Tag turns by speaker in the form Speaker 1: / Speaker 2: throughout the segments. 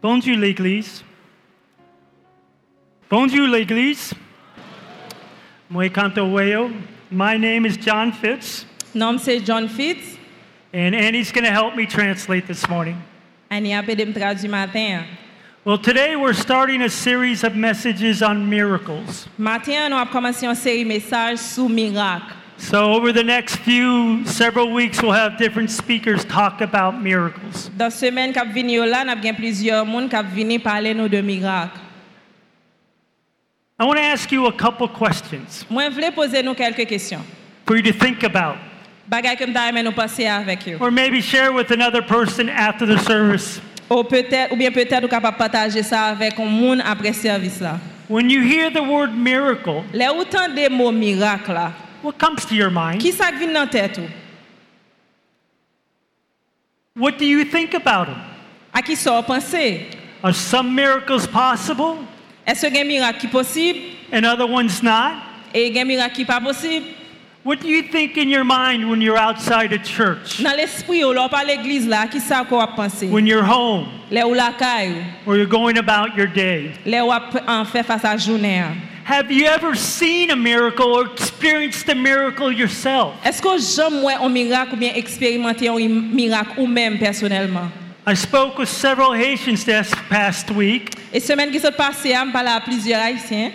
Speaker 1: Bonjour l'Église. Bonjour l'Église. Moi canto weo. My name is John Fitz,
Speaker 2: Nom se John Fitz,
Speaker 1: and Andy's going to help me translate this morning.
Speaker 2: ani apede m tradu matin.
Speaker 1: Well, today we're starting a series of messages on miracles.
Speaker 2: Matin, nou ap komanse yon seri mesaj sou mirak.
Speaker 1: So, over the next few several weeks, we'll have different speakers talk about miracles.
Speaker 2: Dan semen kap vini yo la, nap gen plizyor moun kap vini pale nou de mirak.
Speaker 1: I want to ask you a couple questions
Speaker 2: Mwen vle pose nou kelke kesyon.
Speaker 1: for you to think about,
Speaker 2: Bagay kem da men nou pase avek yo.
Speaker 1: or maybe share with another person after the service.
Speaker 2: Ou, peut-être- ou bien peut-être ou kapap pataje sa avek yon moun apre servis la.
Speaker 1: When you hear the word miracle,
Speaker 2: Le ou tan de mou mirak la,
Speaker 1: what comes to your mind?
Speaker 2: ki sak vin nan tet ou?
Speaker 1: What do you think about them?
Speaker 2: A ki so ou panse?
Speaker 1: Are some miracles possible
Speaker 2: Eske gen mirak ki posib?
Speaker 1: and other ones not?
Speaker 2: E gen mirak ki pa posib?
Speaker 1: What do you think in your mind when you're outside a church,
Speaker 2: Nan l'esprit ou lò pa l'église la, ki sa ko ap panse?
Speaker 1: when you're home,
Speaker 2: Le ou lakay ou,
Speaker 1: or you're going about your day?
Speaker 2: le ou ap an fè fasa jounè an.
Speaker 1: Have you ever seen a miracle or experienced a miracle yourself?
Speaker 2: Esko jom wè on mirak ou bien eksperimente yon im- mirak ou mèm personelman?
Speaker 1: I spoke with several Haitians this past week,
Speaker 2: E semen ki sot pase am pala a plizye haisyen,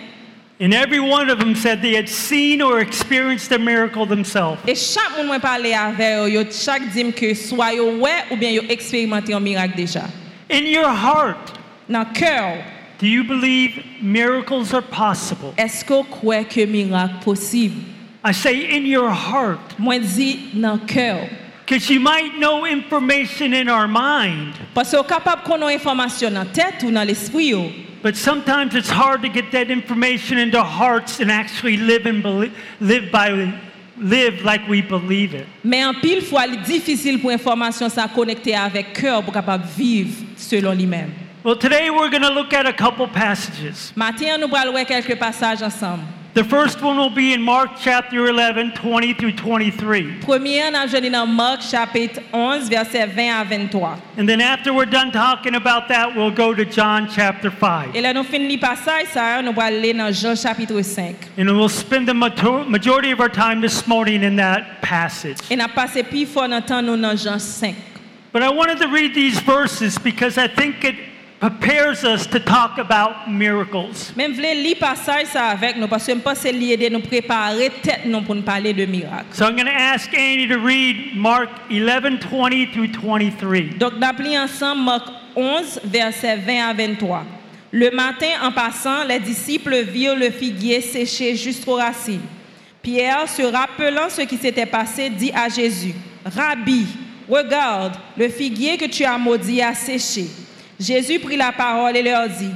Speaker 1: and every one of them said they had seen or experienced a miracle themselves.
Speaker 2: e chak moun mwen pale ave yo, yo chak dim ke swa yo wè ou bien yo eksperimente yon mirak deja.
Speaker 1: In your heart,
Speaker 2: Nan kèw,
Speaker 1: do you believe miracles are possible?
Speaker 2: esko kwe ke mirak posib?
Speaker 1: I say in your heart,
Speaker 2: Mwen di nan kèw.
Speaker 1: because you might know information in our mind,
Speaker 2: Pase yo kapap konon informasyon nan tèt ou nan l'esprit yo,
Speaker 1: but sometimes it's hard to get that information into hearts and actually live and belie- live by live like we believe it.
Speaker 2: Mais en pile fois, il est difficile pour information ça connecter avec cœur pour capable vivre selon lui-même.
Speaker 1: Well, today we're going to look at a couple passages.
Speaker 2: Matin, nous allons lire quelques passages ensemble.
Speaker 1: The first one will be in Mark chapter 11, 20 through 23.
Speaker 2: Premier, nous avons dans Marc chapitre 11 verset 20 à 23.
Speaker 1: And then after we're done talking about that, we'll go to John chapter 5.
Speaker 2: Et là nous finissons le passage ça, nous allons lire dans Jean chapitre 5.
Speaker 1: And we'll spend the mato- majority of our time this morning in that passage.
Speaker 2: Et nous avons passé plus fort dans le temps nous dans Jean 5.
Speaker 1: But I wanted to read these verses because I think it prepares us to talk about miracles.
Speaker 2: Même voulez lire le passage ça avec nous parce que je pense que l'idée nous préparer tête nous pour nous parler de miracles.
Speaker 1: So I'm going to ask Andy to read Mark 11, 20 through 23.
Speaker 2: Donc, d'appli ensemble Marc 11, versets 20 à 23. Le matin, en passant, les disciples virent le figuier séché jusqu'aux racines. Pierre, se rappelant ce qui s'était passé, dit à Jésus, Rabbi, regarde, le figuier que tu as maudit a séché. Jésus prit la parole et leur dit,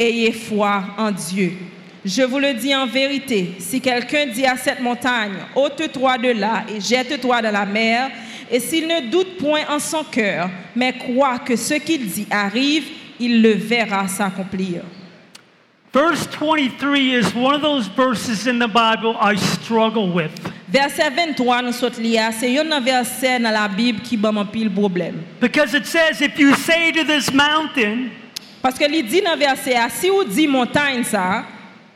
Speaker 2: Ayez foi en Dieu. Je vous le dis en vérité, si quelqu'un dit à cette montagne, ôte-toi de là et jette-toi dans la mer, et s'il ne doute point en son cœur, mais croit que ce qu'il dit arrive, il le verra s'accomplir.
Speaker 1: Verse 23 is one of those verses in the Bible I struggle with
Speaker 2: Verset 23, nous sommes liés, c'est un verset dans la Bible qui bat pile problème.
Speaker 1: because it says, If you say to this mountain,
Speaker 2: Parce que il dit dans le verset, si on dit montagne ça,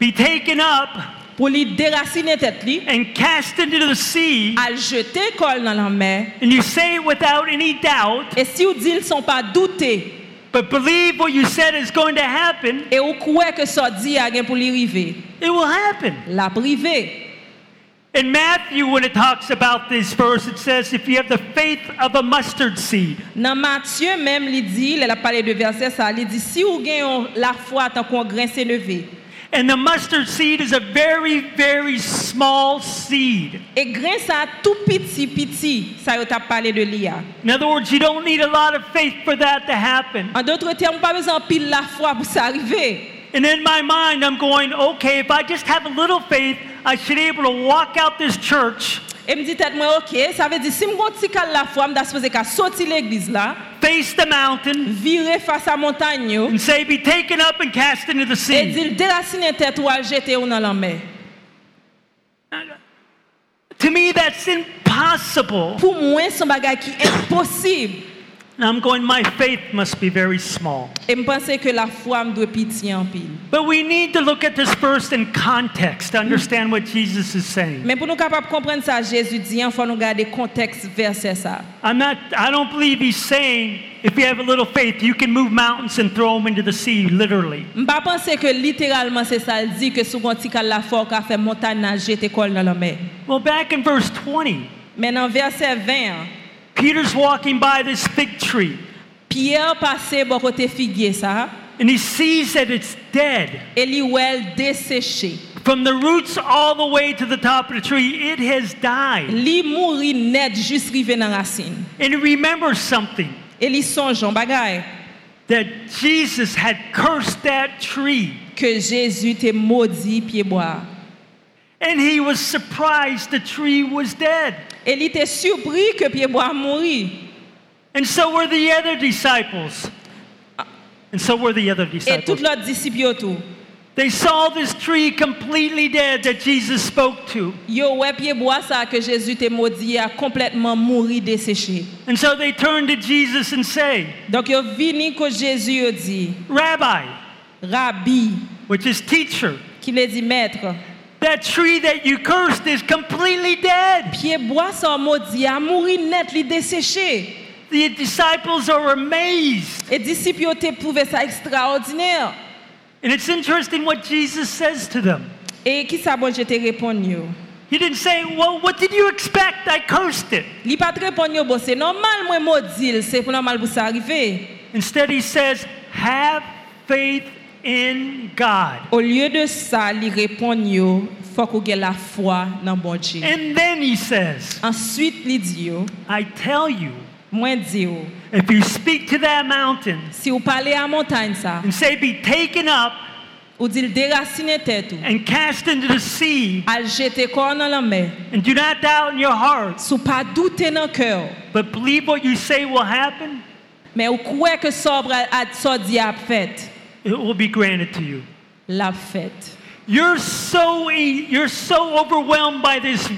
Speaker 1: be taken up
Speaker 2: pour lui déraciner tête, lui,
Speaker 1: and cast into the sea,
Speaker 2: à le jeter col dans la mer,
Speaker 1: and you say it without any doubt,
Speaker 2: et si on dit ils sont pas doutés,
Speaker 1: but believe what you said is going to happen,
Speaker 2: et on croit que ça dit à pour lui arriver,
Speaker 1: it will happen.
Speaker 2: la privée.
Speaker 1: In Matthew, when it talks about this verse, it says, If you have the faith of a mustard seed,
Speaker 2: Dans Matthieu même, il dit, il a parlé de verset ça, il dit, si vous gagnez la foi tant qu'on grain s'élevé,
Speaker 1: and the mustard seed is a very, very small seed.
Speaker 2: et grain ça tout petit, petit, ça yo t'a parlé de hein. l'IA.
Speaker 1: In other words, you don't need a lot of faith for that to happen.
Speaker 2: En d'autres termes, pas besoin pile la foi pour ça arriver.
Speaker 1: And in my mind, I'm going, okay, if I just have a little faith, I should be able to walk out this church
Speaker 2: Et me dit tête moi OK, ça veut dire si m'gon petit cal la foi, m'da supposé qu'à sortir l'église là,
Speaker 1: face the mountain
Speaker 2: virer face à montagne yo,
Speaker 1: and say, be taken up and cast into the
Speaker 2: et
Speaker 1: sea.
Speaker 2: dire déraciner tête ou al jeter ou dans la mer.
Speaker 1: To me, that's impossible.
Speaker 2: Pour moi, c'est un bagage qui est impossible.
Speaker 1: And I'm going, my faith must be very small.
Speaker 2: Et je pensais que la foi me doit pitié en pile.
Speaker 1: But we need to look at this first in context to understand what Jesus is saying.
Speaker 2: Mais pour nous capables de comprendre ça, Jésus dit, il faut nous garder contexte verset ça.
Speaker 1: I'm not, I don't believe he's saying if you have a little faith, you can move mountains and throw them into the sea, literally.
Speaker 2: Je ne pense pas que littéralement c'est ça, il dit que sous un petit cas la foi qui a fait montagne nager tes cols dans la mer.
Speaker 1: Well, back in verse 20,
Speaker 2: Mais dans verset hein, 20,
Speaker 1: Peter's walking by this fig tree
Speaker 2: Pierre passait bon côté figuier ça,
Speaker 1: and he sees that it's dead.
Speaker 2: et il well desséché.
Speaker 1: From the roots all the way to the top of the tree, it has died.
Speaker 2: Li mourit net juste rivé dans racine.
Speaker 1: And he remembers something
Speaker 2: Et il songe en bagaille
Speaker 1: that Jesus had cursed that tree.
Speaker 2: que Jésus t'est maudit pied bois.
Speaker 1: And he was surprised the tree was dead.
Speaker 2: Et il était surpris que pied bois mourit.
Speaker 1: And so were the other disciples. And so were the other
Speaker 2: Et tout
Speaker 1: disciples.
Speaker 2: l'autre disciple yo tout.
Speaker 1: They saw this tree completely dead that Jesus spoke to.
Speaker 2: Yo ouais pied bois ça que Jésus t'est maudit a complètement mouri desséché.
Speaker 1: And so they turned to Jesus and say,
Speaker 2: Donc yo vini que Jésus yo dit
Speaker 1: Rabbi,
Speaker 2: Rabbi
Speaker 1: which is teacher,
Speaker 2: qui le dit maître.
Speaker 1: that tree that you cursed is completely dead.
Speaker 2: Pied bois ça maudit a mouri net li desséché.
Speaker 1: The disciples are amazed.
Speaker 2: Et disciples yo t'est trouvé ça extraordinaire.
Speaker 1: And it's interesting what Jesus says to them.
Speaker 2: Et qui ça bon je te répondu yo?
Speaker 1: He didn't say, Well, what did you expect? I cursed it.
Speaker 2: Li pa te répondre yo, bon, c'est normal moi maudit, c'est normal pour ça arriver.
Speaker 1: Instead, he says, Have faith in God.
Speaker 2: Au lieu de ça, li répond yo, faut qu'on ait la foi dans bon Dieu.
Speaker 1: And then he says,
Speaker 2: Ensuite, li dit yo,
Speaker 1: I tell you,
Speaker 2: moi dit yo,
Speaker 1: if you speak to that mountain
Speaker 2: si vous parlez à montagne ça,
Speaker 1: and say, Be taken up
Speaker 2: ou dit le déraciner tête ou,
Speaker 1: and cast into the sea,
Speaker 2: al jeter corps dans la mer,
Speaker 1: and do not doubt in your heart,
Speaker 2: sou pas douter dans cœur,
Speaker 1: but believe what you say will happen,
Speaker 2: mais ou croyez que sobre a sorti a fait,
Speaker 1: it will be granted to you.
Speaker 2: la fête.
Speaker 1: You're so, e- you're so overwhelmed by this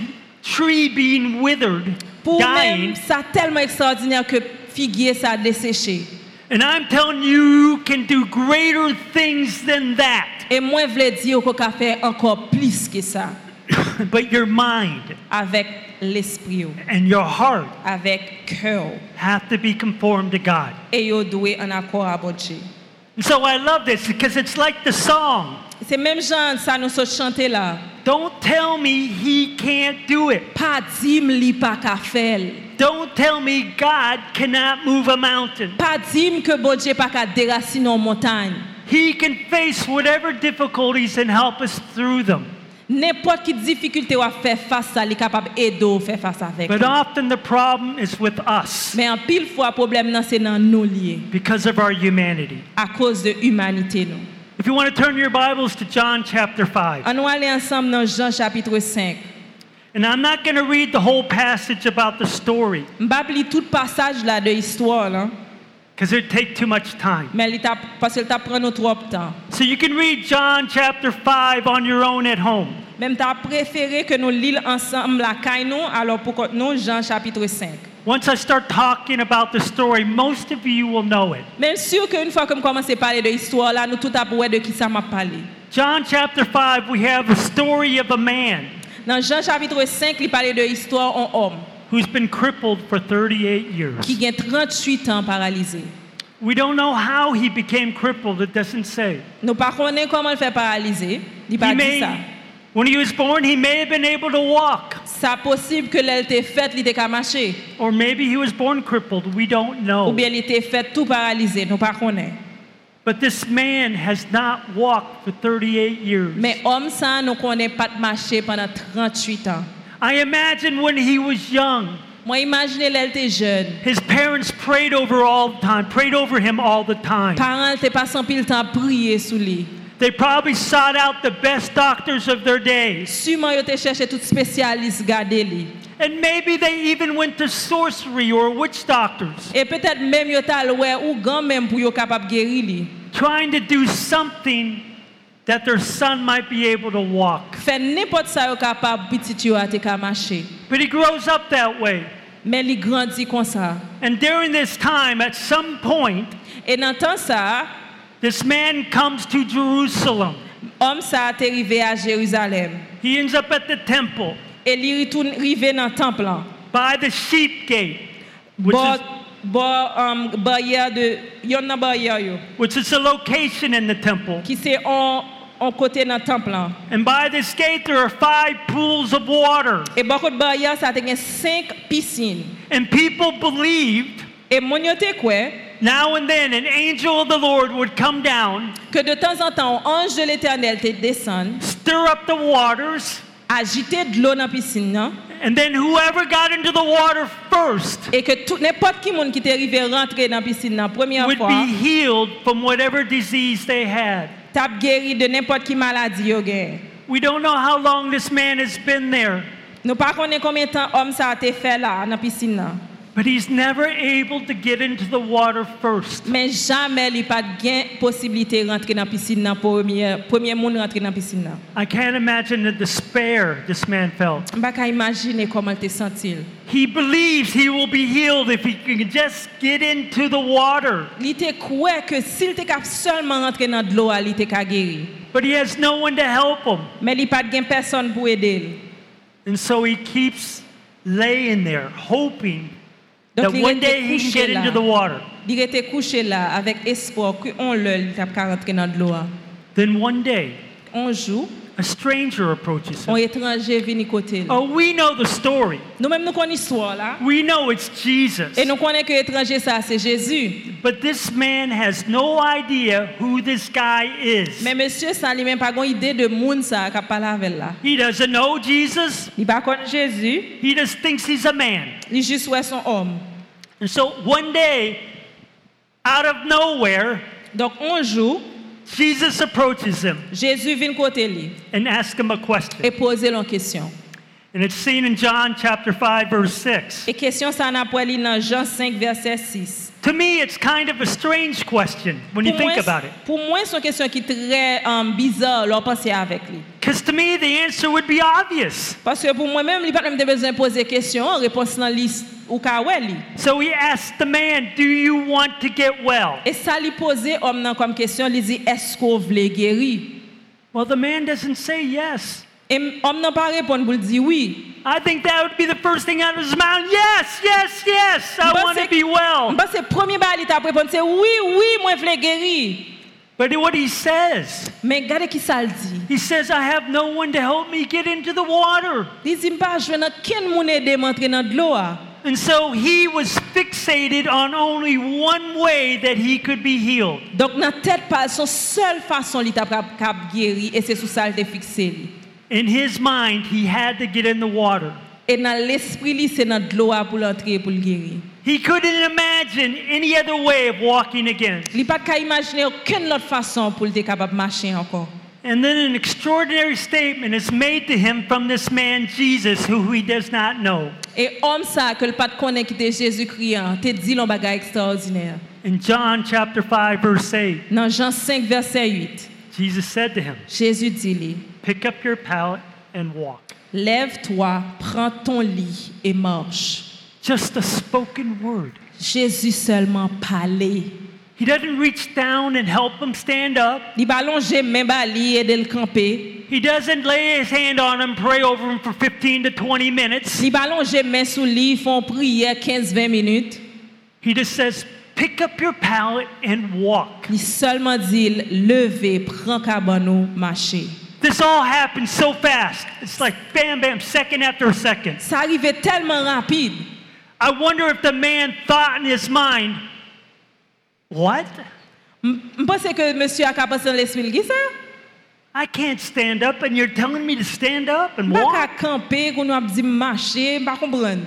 Speaker 1: tree being withered,
Speaker 2: Pour même
Speaker 1: dying,
Speaker 2: ça tellement extraordinaire que figuier ça a desséché.
Speaker 1: and I'm telling you, you can do greater things than that.
Speaker 2: Et moi, je voulais dire qu'on peut faire encore plus que ça
Speaker 1: But your mind
Speaker 2: avec l'esprit,
Speaker 1: and your heart
Speaker 2: avec cœur.
Speaker 1: have to be conformed to God.
Speaker 2: Et e yo doué en accord à bon Dieu.
Speaker 1: And so I love this because it's like the song.
Speaker 2: C'est même genre ça nous sommes chanter là.
Speaker 1: Don't tell me he can't do it.
Speaker 2: Pas dim li pas qu'à faire.
Speaker 1: Don't tell me God cannot move a mountain.
Speaker 2: Pas dim que bon Dieu pas qu'à déraciner en montagne.
Speaker 1: He can face whatever difficulties and help us through them.
Speaker 2: N'importe quelle difficulté à faire face à, il est capable d'aider ou faire face avec.
Speaker 1: But
Speaker 2: nous.
Speaker 1: often the problem is with us
Speaker 2: Mais en pile fois, problème nan, c'est dans nous liés,
Speaker 1: because of our humanity.
Speaker 2: à cause de l'humanité. nous.
Speaker 1: If you want to turn your Bibles to John chapter 5,
Speaker 2: On nous aller ensemble dans Jean chapitre 5.
Speaker 1: and I'm not going to read the whole passage about the story
Speaker 2: Je ne tout passage là de l'histoire, là,
Speaker 1: because it would take too much time.
Speaker 2: mais li tap- parce qu'il t'a pris nous trop de temps.
Speaker 1: So you can read John chapter 5 on your own at home.
Speaker 2: Même t'as préféré que nous lisons ensemble la caille nous, alors pour que nous, Jean chapitre 5.
Speaker 1: Once I start talking about the story, most of you will know it.
Speaker 2: Même sûr qu'une fois que je commence à parler de l'histoire, là, nous tout à ouais de qui ça m'a parlé.
Speaker 1: John chapter 5, we have the story of a man
Speaker 2: Dans Jean chapitre 5, il parle de l'histoire en homme
Speaker 1: who's been crippled for 38 years.
Speaker 2: qui a 38 ans paralysé.
Speaker 1: We don't know how he became crippled, it doesn't say.
Speaker 2: Nous ne connaissons pas comment le fait paralyser. Il
Speaker 1: He
Speaker 2: pas dit ça.
Speaker 1: may, when he was born, he may have been able to walk,
Speaker 2: Ça possible que l'elle était faite, il était marché.
Speaker 1: or maybe he was born crippled. We don't
Speaker 2: Ou
Speaker 1: know.
Speaker 2: bien il était fait tout paralysé. Nous ne connaissons pas.
Speaker 1: But this man has not walked for 38 years.
Speaker 2: Mais homme ça, nous connaissons pas de marché pendant 38 ans.
Speaker 1: I imagine when he was young,
Speaker 2: Moi, imaginez l'elle était jeune.
Speaker 1: his parents prayed over all the time, prayed over him all the time.
Speaker 2: Parents n'étaient pas sans pile temps à prier sous lui.
Speaker 1: They probably sought out the best doctors of their days.
Speaker 2: Sûrement, ils étaient cherché tout spécialiste garder lui.
Speaker 1: And maybe they even went to sorcery or witch doctors,
Speaker 2: Et peut-être même ils étaient ouais ou grand même pour être capable de guérir lui.
Speaker 1: trying to do something that their son might be able to walk.
Speaker 2: Fait n'importe ça yo capable petit yo a te ka marcher.
Speaker 1: But he grows up that way.
Speaker 2: mais il grandit comme ça.
Speaker 1: And during this time, at some point,
Speaker 2: Et dans le temps ça,
Speaker 1: this man comes to Jerusalem.
Speaker 2: homme ça est arrivé à Jérusalem.
Speaker 1: He ends up at the temple
Speaker 2: Et il retourne arrivé dans le temple. là.
Speaker 1: by the sheep gate, which,
Speaker 2: Bon,
Speaker 1: is,
Speaker 2: bon, um, barrière de, yon nan barrière yo,
Speaker 1: which is a location in the temple.
Speaker 2: qui c'est en, en côté dans le temple. là.
Speaker 1: And by this gate, there are five pools of water.
Speaker 2: Et beaucoup de barrières, ça a gagné cinq piscines.
Speaker 1: And people believed
Speaker 2: Et mon yo te kwe,
Speaker 1: now and then an angel of the Lord would come down,
Speaker 2: que de temps en temps, un ange de l'éternel te descend,
Speaker 1: stir up the waters,
Speaker 2: agiter de l'eau dans la piscine, non?
Speaker 1: and then whoever got into the water first
Speaker 2: et que tout n'importe qui monde qui t'est arrivé rentrer dans la piscine la première
Speaker 1: would
Speaker 2: fois,
Speaker 1: be healed from whatever disease they had.
Speaker 2: t'as guéri de n'importe qui maladie yo gen.
Speaker 1: We don't know how long this man has been there,
Speaker 2: Nous pas connaît combien de temps homme ça a été fait là dans la piscine là.
Speaker 1: but he's never able to get into the water first.
Speaker 2: Mais jamais il pas de gain possibilité rentrer dans la piscine là premier premier monde rentrer dans la piscine là.
Speaker 1: I can't imagine the despair this man felt.
Speaker 2: On pas imaginer comment il t'est senti.
Speaker 1: He believes he will be healed if he can just get into the water,
Speaker 2: Il était croit que s'il t'est cap seulement rentrer dans de l'eau, il était cap guéri.
Speaker 1: but he has no one to help him.
Speaker 2: Mais il pas de gain personne pour aider.
Speaker 1: And so he keeps laying there, hoping
Speaker 2: Donc,
Speaker 1: that
Speaker 2: il
Speaker 1: one
Speaker 2: était
Speaker 1: day he can
Speaker 2: couché
Speaker 1: get
Speaker 2: là.
Speaker 1: into the water.
Speaker 2: Il était couché là avec espoir qu'on le t'a cap rentrer dans de l'eau. là.
Speaker 1: Then one day,
Speaker 2: Un jour,
Speaker 1: a stranger approaches
Speaker 2: Un
Speaker 1: him.
Speaker 2: étranger vient côté.
Speaker 1: Oh, we know the story.
Speaker 2: Nous-mêmes, nous connaissons l'histoire là.
Speaker 1: We know it's Jesus.
Speaker 2: Et nous connaissons que l'étranger, ça, c'est Jésus.
Speaker 1: But this man has no idea who this guy is.
Speaker 2: Mais monsieur, ça, lui-même, pas une idée de monde, ça, qui parle avec là.
Speaker 1: He doesn't know Jesus.
Speaker 2: Il pas connaît Jésus,
Speaker 1: He just thinks he's a man.
Speaker 2: il juste ouais son homme.
Speaker 1: And so one day, out of nowhere,
Speaker 2: Donc, un jour,
Speaker 1: Jesus approaches him
Speaker 2: Jésus vient côté lui
Speaker 1: and asks him a question.
Speaker 2: et pose lui une question.
Speaker 1: And it's seen in John chapter 5, verse 6.
Speaker 2: Et question, ça, n'a pas lu dans Jean 5, verset 6.
Speaker 1: To me, it's kind of a strange question when you
Speaker 2: moi,
Speaker 1: think about it.
Speaker 2: pour moi, c'est une question qui est très euh, bizarre, leur penser avec lui.
Speaker 1: Because to me, the answer would be obvious.
Speaker 2: Parce que pour moi-même, il n'y a pas même besoin de poser question, réponse dans liste ou cas ouais, lui.
Speaker 1: So he asked the man, Do you want to get well?
Speaker 2: Et ça lui posait homme nan comme question, il dit est-ce qu'on voulait guérir
Speaker 1: Well, the man doesn't say yes.
Speaker 2: Et homme n'a pas répondu pour lui dire oui.
Speaker 1: I think that would be the first thing out of his mouth. Yes, yes, yes, I want to be well.
Speaker 2: Parce que le premier bail il t'a répondu c'est oui, oui, moi je voulais guérir.
Speaker 1: But what he says,
Speaker 2: Mais regardez qui ça le dit.
Speaker 1: he says, I have no one to help me get into the water.
Speaker 2: Il dit pas je dans quel monde aider m'entrer dans de l'eau. ah.
Speaker 1: And so he was fixated on only one way that he could be healed.
Speaker 2: Donc dans tête pas son seule façon il t'a cap cap guéri et c'est sous ça il t'a fixé. lui.
Speaker 1: In his mind, he had to get in the water.
Speaker 2: Et dans E l'esprit lui c'est dans de l'eau ah, pour l'entrer pour le guérir.
Speaker 1: He couldn't imagine any other way of walking again.
Speaker 2: Il pas qu'à imaginer aucune autre façon pour le capable de marcher encore.
Speaker 1: And then an extraordinary statement is made to him from this man Jesus, who he does not know.
Speaker 2: Et homme ça que le pas de connaît qui était Jésus-Christ, hein, te dit l'on bagage extraordinaire.
Speaker 1: In John chapter 5, verse 8,
Speaker 2: Dans Jean 5 verset 8,
Speaker 1: Jesus said to him,
Speaker 2: Jésus dit lui,
Speaker 1: Pick up your pallet and walk.
Speaker 2: lève-toi, prends ton lit et marche.
Speaker 1: Just a spoken word.
Speaker 2: Jésus seulement parlait.
Speaker 1: He doesn't reach down and help him stand up.
Speaker 2: Il ballongeait même à lui et de le camper.
Speaker 1: He doesn't lay his hand on him, pray over him for 15 to 20 minutes.
Speaker 2: Il ballongeait main sous lit, font prière 15-20 minutes.
Speaker 1: He just says, Pick up your pallet and walk.
Speaker 2: Il seulement dit levez, prends cabano, marchez.
Speaker 1: This all happened so fast. It's like bam, bam, second after second.
Speaker 2: Ça arrivait tellement rapide.
Speaker 1: I wonder if the man thought in his mind, What?
Speaker 2: M- Je pense que monsieur a capable de l'esprit qui ça
Speaker 1: I can't stand up, and you're telling me to stand up and
Speaker 2: Pas qu'à
Speaker 1: walk?
Speaker 2: camper, qu'on a dit marcher, pas comprendre.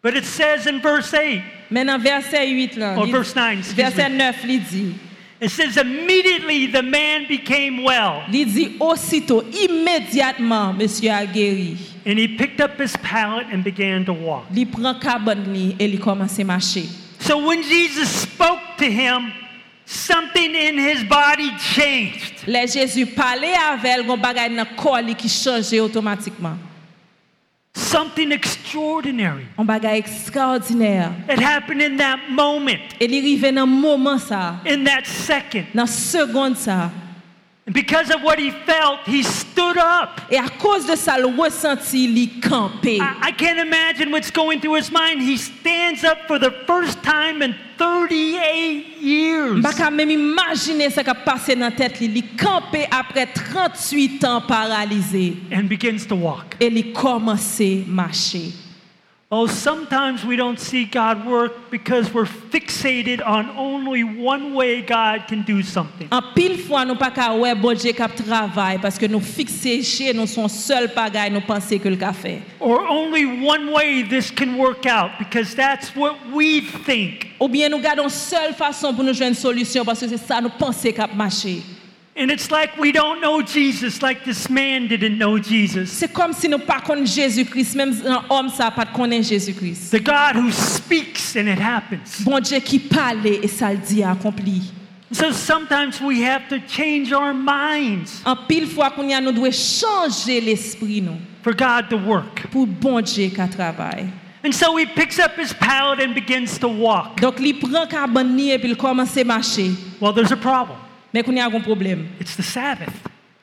Speaker 1: But it says in verse 8,
Speaker 2: Mais dans verset 8 là,
Speaker 1: Or
Speaker 2: il-
Speaker 1: Oh, verse 9, excuse
Speaker 2: verset
Speaker 1: me.
Speaker 2: 9, il dit,
Speaker 1: it says, Immediately the man became well,
Speaker 2: il dit aussitôt, immédiatement, monsieur a guéri.
Speaker 1: and he picked up his pallet and began to walk.
Speaker 2: Il prend cabane li et il commence à marcher.
Speaker 1: So when Jesus spoke to him, something in his body changed.
Speaker 2: Là Jésus parlait avec elle, gon bagay nan corps li qui changeait automatiquement.
Speaker 1: something extraordinary.
Speaker 2: Un bagay ekstraordinèr.
Speaker 1: It happened in that moment,
Speaker 2: E li rive nan mouman sa,
Speaker 1: in that second.
Speaker 2: nan segonde sa.
Speaker 1: And because of what he felt, he stood up.
Speaker 2: E a koz de sa l resenti li kampe.
Speaker 1: I, I can't imagine what's going through his mind. He stands up for the first time in 38 years.
Speaker 2: Baka mèm imagine sa ka pase nan tèt li, li kampe apre 38 an paralize.
Speaker 1: And begins to walk.
Speaker 2: E li komanse mache.
Speaker 1: Oh, sometimes we don't see God work because we're fixated on only one way God can do something.
Speaker 2: An pil fwa nou pa ka wè bodje kap travay, paske nou fikse che nou son sol pagay nou panse ke l ka fè.
Speaker 1: Or only one way this can work out because that's what we think.
Speaker 2: Ou bien nou gadon sol fason pou nou jwen solusyon, paske se sa nou panse kap mache.
Speaker 1: And it's like we don't know Jesus, like this man didn't know Jesus.
Speaker 2: Se kom si nou pa kon Jésus-Christ, mèm nan om sa pat konen Jésus-Christ.
Speaker 1: The God who speaks and it happens.
Speaker 2: Bon Dje ki pale e sa l di akompli.
Speaker 1: So sometimes we have to change our minds
Speaker 2: An pil fwa kon ya nou dwe chanje l'esprit nou
Speaker 1: for God to work.
Speaker 2: pou bon Dje ka travay.
Speaker 1: And so he picks up his pallet and begins to walk.
Speaker 2: Donk li pran ka ban ni e pil komanse mache.
Speaker 1: Well, there's a problem.
Speaker 2: Men kon ya kon problem.
Speaker 1: It's the Sabbath.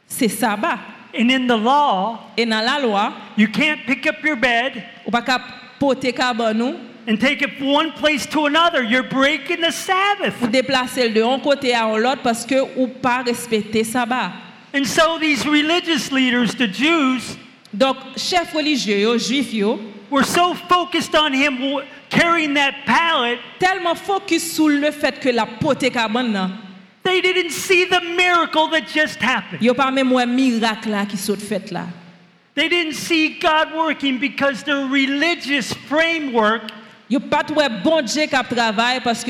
Speaker 2: Se sabat.
Speaker 1: And in the law,
Speaker 2: E nan la lwa,
Speaker 1: you can't pick up your bed
Speaker 2: ou pa ka pote ka ban nou
Speaker 1: and take it from one place to another. You're breaking the
Speaker 2: pou
Speaker 1: Sabbath.
Speaker 2: deplase l de yon kote a yon lot paske ou pa respete sabat.
Speaker 1: And so these religious leaders, the Jews,
Speaker 2: Donk chef religye yo, juif yo,
Speaker 1: were so focused on him w- carrying that pallet,
Speaker 2: telman fokus sou le fet ke la pote ka ban nan,
Speaker 1: they didn't see the miracle that just happened.
Speaker 2: yo pa mè mwen mirak la ki sot fet la.
Speaker 1: They didn't see God working because their religious framework
Speaker 2: Yo pat wè bon Dje kap travay paske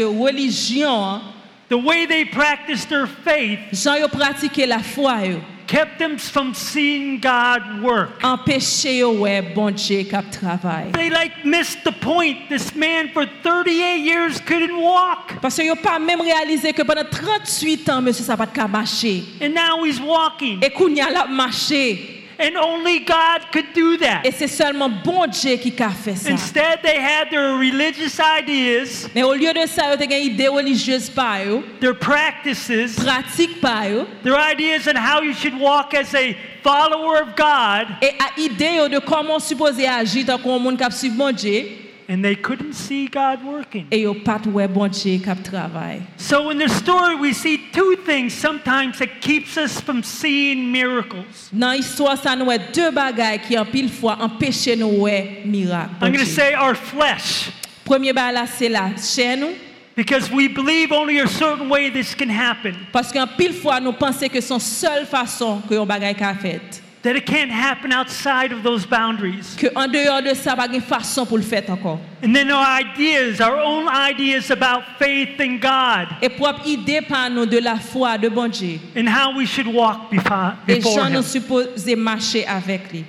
Speaker 2: religyon,
Speaker 1: The way they practiced their faith
Speaker 2: jan hein, yo pratike la fwa yo,
Speaker 1: kept them from seeing God work.
Speaker 2: empèche yo wè bon Dje kap travay.
Speaker 1: They like missed the point. This man for 38 years couldn't walk,
Speaker 2: Paske yo pa mèm realize ke pwèndan 38 an, monsye sa pat ka mache.
Speaker 1: and now he's walking.
Speaker 2: E koun ya la mache,
Speaker 1: And only God could do
Speaker 2: e
Speaker 1: that.
Speaker 2: se selman bon Dje ki ka fè sa.
Speaker 1: Instead, they had their religious ideas,
Speaker 2: Men ou lye de sa yo te gen ide religyeuse pa yo,
Speaker 1: their practices,
Speaker 2: pratik pa yo,
Speaker 1: their ideas on how you should walk as a follower of God,
Speaker 2: E a ide yo de koman supose aji tan kon moun kap suiv bon Dje,
Speaker 1: and they couldn't see God working.
Speaker 2: e yo pat wè bon Dje kap travay.
Speaker 1: So in the story, we see two things sometimes that keeps us from seeing miracles.
Speaker 2: Nan histwa sa nou wè dè bagay ki an pil fwa empèche nou wè mirak.
Speaker 1: I'm
Speaker 2: bon
Speaker 1: going to
Speaker 2: Dje.
Speaker 1: say our flesh
Speaker 2: Premier ba la se la chè nou,
Speaker 1: because we believe only a certain way this can happen,
Speaker 2: paske an pil fwa nou pense ke son sol fason ke yon bagay ka fèt.
Speaker 1: that it can't happen outside of those boundaries.
Speaker 2: Ke an deyon de sa bagay fason pou l fèt ankon.
Speaker 1: And then our ideas, our own ideas about faith in God
Speaker 2: E prop ide pa nou de la fwa de bon Dje.
Speaker 1: and how we should walk befo-
Speaker 2: E
Speaker 1: before
Speaker 2: jan
Speaker 1: Him.
Speaker 2: nou supose mache avèk li.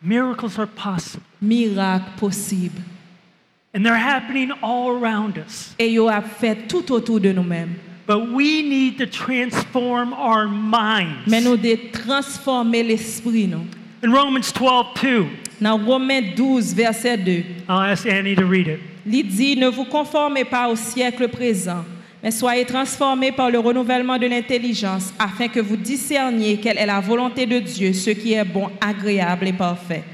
Speaker 1: Miracles are possible,
Speaker 2: Mirak posib.
Speaker 1: and they're happening all around us.
Speaker 2: E yo ap fèt tout otou de nou mèm.
Speaker 1: But we need to transform our minds.
Speaker 2: Men nou de transforme l'esprit nou.
Speaker 1: In Romans 12, 2,
Speaker 2: Nan Romains 12, verset 2,
Speaker 1: I'll ask Annie to read it.
Speaker 2: li dit, Ne vous conformez pas au siècle présent, mais soyez transformés par le renouvellement de l'intelligence, afin que vous discerniez quelle est la volonté de Dieu, ce qui est bon, agréable et parfait.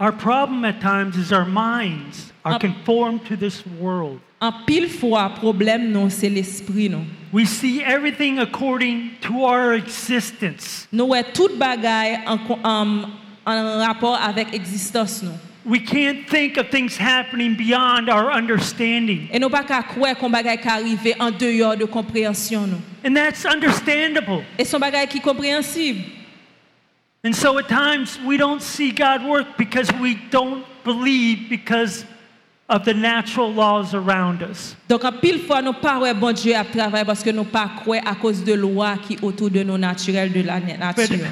Speaker 1: Our problem at times is our minds are
Speaker 2: Up.
Speaker 1: conformed to this world.
Speaker 2: En pile fois, problème nou, se l'esprit nou.
Speaker 1: We see everything according to our existence.
Speaker 2: Nou wè tout bagay en, co- en- en rapport avèk existence nou.
Speaker 1: We can't think of things happening beyond our understanding.
Speaker 2: E nou pa ka kwe kon bagay ka arrive en deyor de komprehensyon nou.
Speaker 1: And that's understandable.
Speaker 2: E son bagay ki komprehensib.
Speaker 1: And so at times we don't see God work because we don't believe because of the natural laws around us.
Speaker 2: Donc, en pile fois, nous pas ouais bon Dieu à travailler parce que nous pas croire à cause de lois qui autour de nous naturels de la na-
Speaker 1: But,
Speaker 2: nature.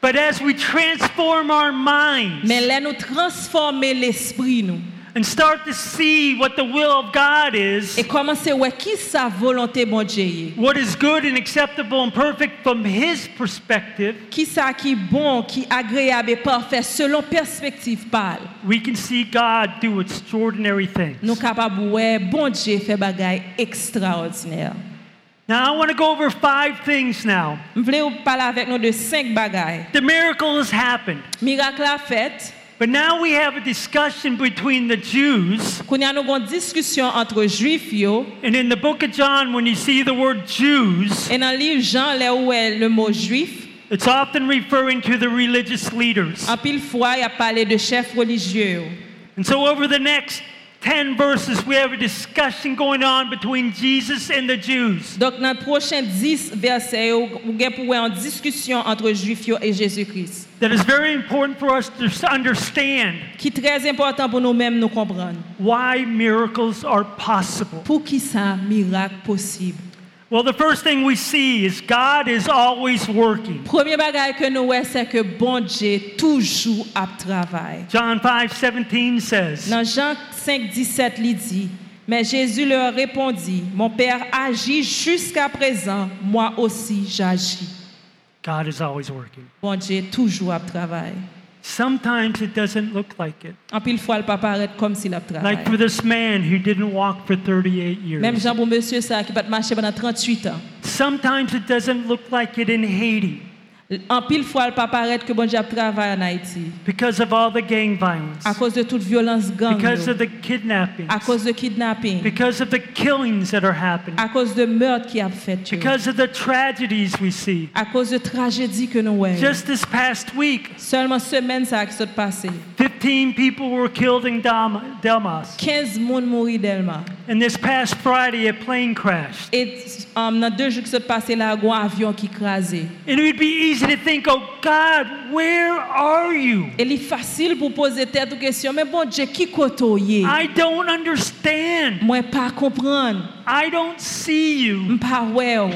Speaker 1: but as we transform our minds
Speaker 2: Mais là, nous transformer l'esprit nous.
Speaker 1: and start to see what the will of God is,
Speaker 2: E komanse wè ki sa volante bon Djeye.
Speaker 1: what is good and acceptable and perfect from His perspective,
Speaker 2: Ki sa ki bon, ki agreyab e parfè selon perspektiv pal.
Speaker 1: we can see God do extraordinary things.
Speaker 2: Nou kapab wè bon Dje fè bagay ekstraordinèr.
Speaker 1: Now, I want to go over five things now.
Speaker 2: M vle ou pala avèk nou de 5 bagay.
Speaker 1: The miracle has happened,
Speaker 2: Mirak la fèt,
Speaker 1: but now we have a discussion between the Jews.
Speaker 2: koun ya nou gon diskusyon antre juif yo,
Speaker 1: And in the book of John, when you see the word Jews,
Speaker 2: e nan liv jan le ou wè le mot juif,
Speaker 1: it's often referring to the religious leaders.
Speaker 2: an pil fwa ya pale de chef religye yo.
Speaker 1: And so, over the next 10 verses, we have a discussion going on between Jesus and the Jews.
Speaker 2: Dok nan prochen 10 verse yo, ou gen pou wè an diskusyon antre juif yo e Jésus-Christ.
Speaker 1: That is very important for us to understand
Speaker 2: qui très important pour nous-mêmes nous comprendre.
Speaker 1: why miracles are possible.
Speaker 2: Pour qui ça miracle possible?
Speaker 1: Well, the first thing we see is God is always working.
Speaker 2: Premier bagage que nous voyons, c'est que bon Dieu toujours à travail.
Speaker 1: John 5 17 says,
Speaker 2: Dans Jean 5, 17, il dit, mais Jésus leur répondit, mon Père agit jusqu'à présent, moi aussi j'agis.
Speaker 1: God is always working.
Speaker 2: Bon Dieu toujours à travail.
Speaker 1: Sometimes it doesn't look like it.
Speaker 2: En pile fois, il pas paraître comme s'il a travail.
Speaker 1: Like for this man who didn't walk for 38
Speaker 2: Même
Speaker 1: years.
Speaker 2: Jean pour monsieur ça qui pas marcher pendant 38 ans.
Speaker 1: Sometimes it doesn't look like it in Haiti
Speaker 2: En pile fois, il pas paraître que bon Dieu a travail en Haïti
Speaker 1: because of all the gang violence,
Speaker 2: à cause de toute violence gang.
Speaker 1: because
Speaker 2: yo.
Speaker 1: of the kidnappings,
Speaker 2: à cause de kidnapping,
Speaker 1: because of the killings that are happening,
Speaker 2: à cause de meurtre qui a fait, yo,
Speaker 1: because of the tragedies we see.
Speaker 2: à cause de tragédie que nous voyons.
Speaker 1: Just this past week,
Speaker 2: Seulement semaine ça a qui s'est passé.
Speaker 1: 15 people were killed in Dam- Delmas.
Speaker 2: 15 monde mourir d'Elma.
Speaker 1: And this past Friday, a plane crashed.
Speaker 2: Et um, dans deux jours qui s'est passé là, il y a un avion qui crasé.
Speaker 1: And it would be easy to think, oh God, where are you?
Speaker 2: Et il est facile pour poser tête aux questions, mais bon Dieu, qui côtoyer?
Speaker 1: I don't understand.
Speaker 2: Moi, pas comprendre.
Speaker 1: I don't see you.
Speaker 2: Je pas ouais. oh.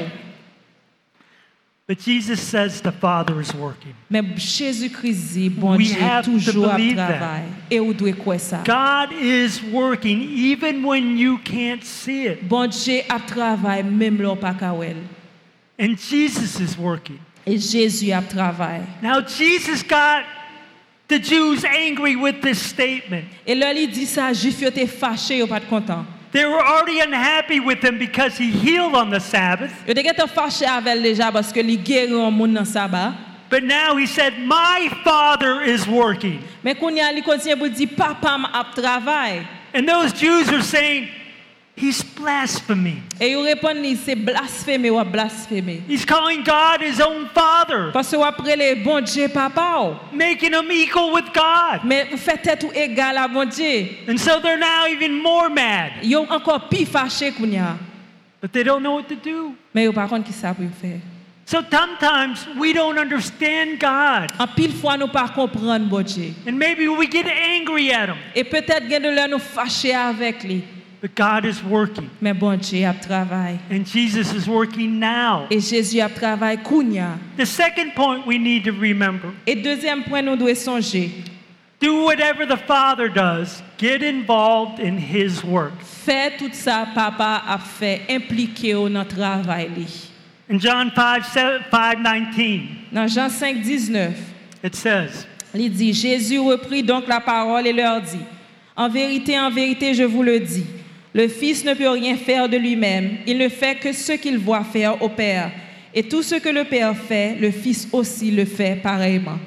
Speaker 1: But Jesus says the Father is working.
Speaker 2: Mais Jésus-Christ dit, bon
Speaker 1: We
Speaker 2: Dieu,
Speaker 1: have to
Speaker 2: toujours à
Speaker 1: believe
Speaker 2: travail. Et on doit croire ça.
Speaker 1: God is working even when you can't see it.
Speaker 2: Bon Dieu, à travail, même là, pas qu'à ouais.
Speaker 1: And Jesus is working.
Speaker 2: Et Jésus, à travail.
Speaker 1: Now, Jesus got the Jews angry with this statement.
Speaker 2: Et là, il dit ça, Juif yo te fâché, yo pas de content.
Speaker 1: They were already unhappy with him because he healed on the Sabbath.
Speaker 2: Yo te gete fâché avec déjà parce que li guéri un monde dans sabbat.
Speaker 1: But now he said, My Father is working.
Speaker 2: Mais qu'on y a, li continue pour dire, papa m'a travail.
Speaker 1: And those Jews are saying, He's blasphemy.
Speaker 2: Et yo répond, li, c'est blasphémé ou blasphémé.
Speaker 1: He's calling God his own Father,
Speaker 2: Parce que ou après les bon Dieu, papa ou.
Speaker 1: making him equal with God.
Speaker 2: Mais vous faites tête ou égal à bon Dieu.
Speaker 1: And so they're now even more mad,
Speaker 2: Yo encore plus fâché qu'on y a.
Speaker 1: but they don't know what to do.
Speaker 2: Mais yo par contre, qui ça pour faire?
Speaker 1: So sometimes we don't understand God,
Speaker 2: En pile fois, nous pas comprendre bon Dieu.
Speaker 1: and maybe we get angry at him,
Speaker 2: Et peut-être, gen de là, nous fâché avec lui.
Speaker 1: but God is working.
Speaker 2: Mais bon Dieu, a travail.
Speaker 1: And Jesus is working now.
Speaker 2: Et Jésus, a travail qu'on y a.
Speaker 1: The second point we need to remember
Speaker 2: Et deuxième point, nous devons songer.
Speaker 1: do whatever the Father does, get involved in his work.
Speaker 2: Fais tout ça, papa a fait, impliquer au notre travail. li.
Speaker 1: In John 5, 19,
Speaker 2: Dans Jean 5, 19,
Speaker 1: it says,
Speaker 2: il dit, Jésus reprit donc la parole et leur dit, En vérité, en vérité, je vous le dis, le Fils ne peut rien faire de lui-même, il ne fait que ce qu'il voit faire au Père. Et tout ce que le Père fait, le Fils aussi le fait pareillement.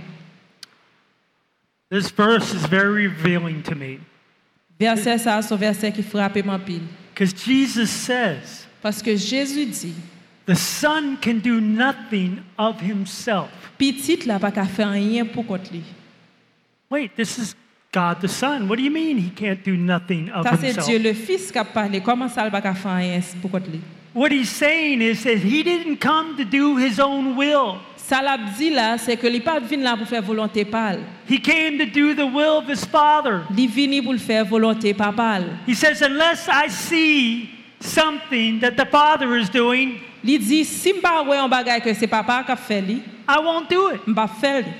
Speaker 1: This verse is very revealing to me
Speaker 2: Verset ça, c'est un verset qui frappe mon pile.
Speaker 1: because Jesus says,
Speaker 2: Parce que Jésus dit,
Speaker 1: The Son can do nothing of himself.
Speaker 2: Petit, là, pas qu'à faire rien pour contre lui.
Speaker 1: Wait, this is God the Son. What do you mean he can't do nothing of
Speaker 2: Ça, c'est
Speaker 1: himself?
Speaker 2: Dieu le Fils qui a parlé. Comment ça, le bac à faire rien pour contre lui?
Speaker 1: What he's saying is that he didn't come to do his own will.
Speaker 2: Ça, l'a dit là, c'est que lui pas venu là pour faire volonté pâle.
Speaker 1: He came to do the will of his Father.
Speaker 2: Il venu pour le faire volonté papale.
Speaker 1: He says, Unless I see something that the Father is doing,
Speaker 2: Il dit, si m'pa ouais un bagay que c'est papa qui a fait lui,
Speaker 1: I won't do it.
Speaker 2: m'pa faire lui.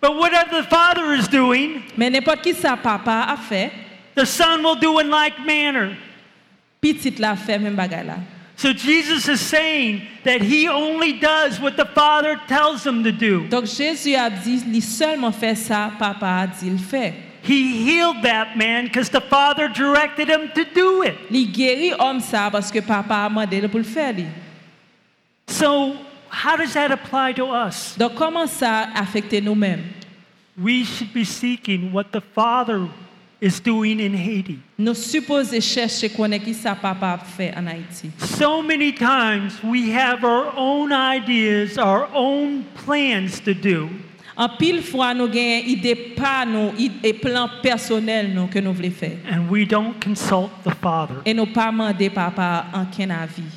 Speaker 1: But whatever the Father is doing,
Speaker 2: Mais n'importe qui ça papa a fait,
Speaker 1: The Son will do in like manner.
Speaker 2: Petite la fait même bagay la.
Speaker 1: So Jesus is saying that he only does what the Father tells him to do.
Speaker 2: Donc Jésus a dit, il seulement fait ça, papa a dit, il fait.
Speaker 1: He healed that man because the Father directed him to do it.
Speaker 2: Il guérit homme ça parce que papa a demandé pour le faire. lui.
Speaker 1: So, how does that apply to us?
Speaker 2: Donc comment ça affecte nous-mêmes?
Speaker 1: We should be seeking what the Father is doing in Haiti.
Speaker 2: Nous supposons chercher connaître qui ça papa a fait en Haïti.
Speaker 1: So many times we have our own ideas, our own plans to do,
Speaker 2: En pile fois, nous avons idée pas nous, et plan personnel nous, que nous voulons faire.
Speaker 1: and we don't consult the Father.
Speaker 2: Et nous pas demandé papa en quel avis.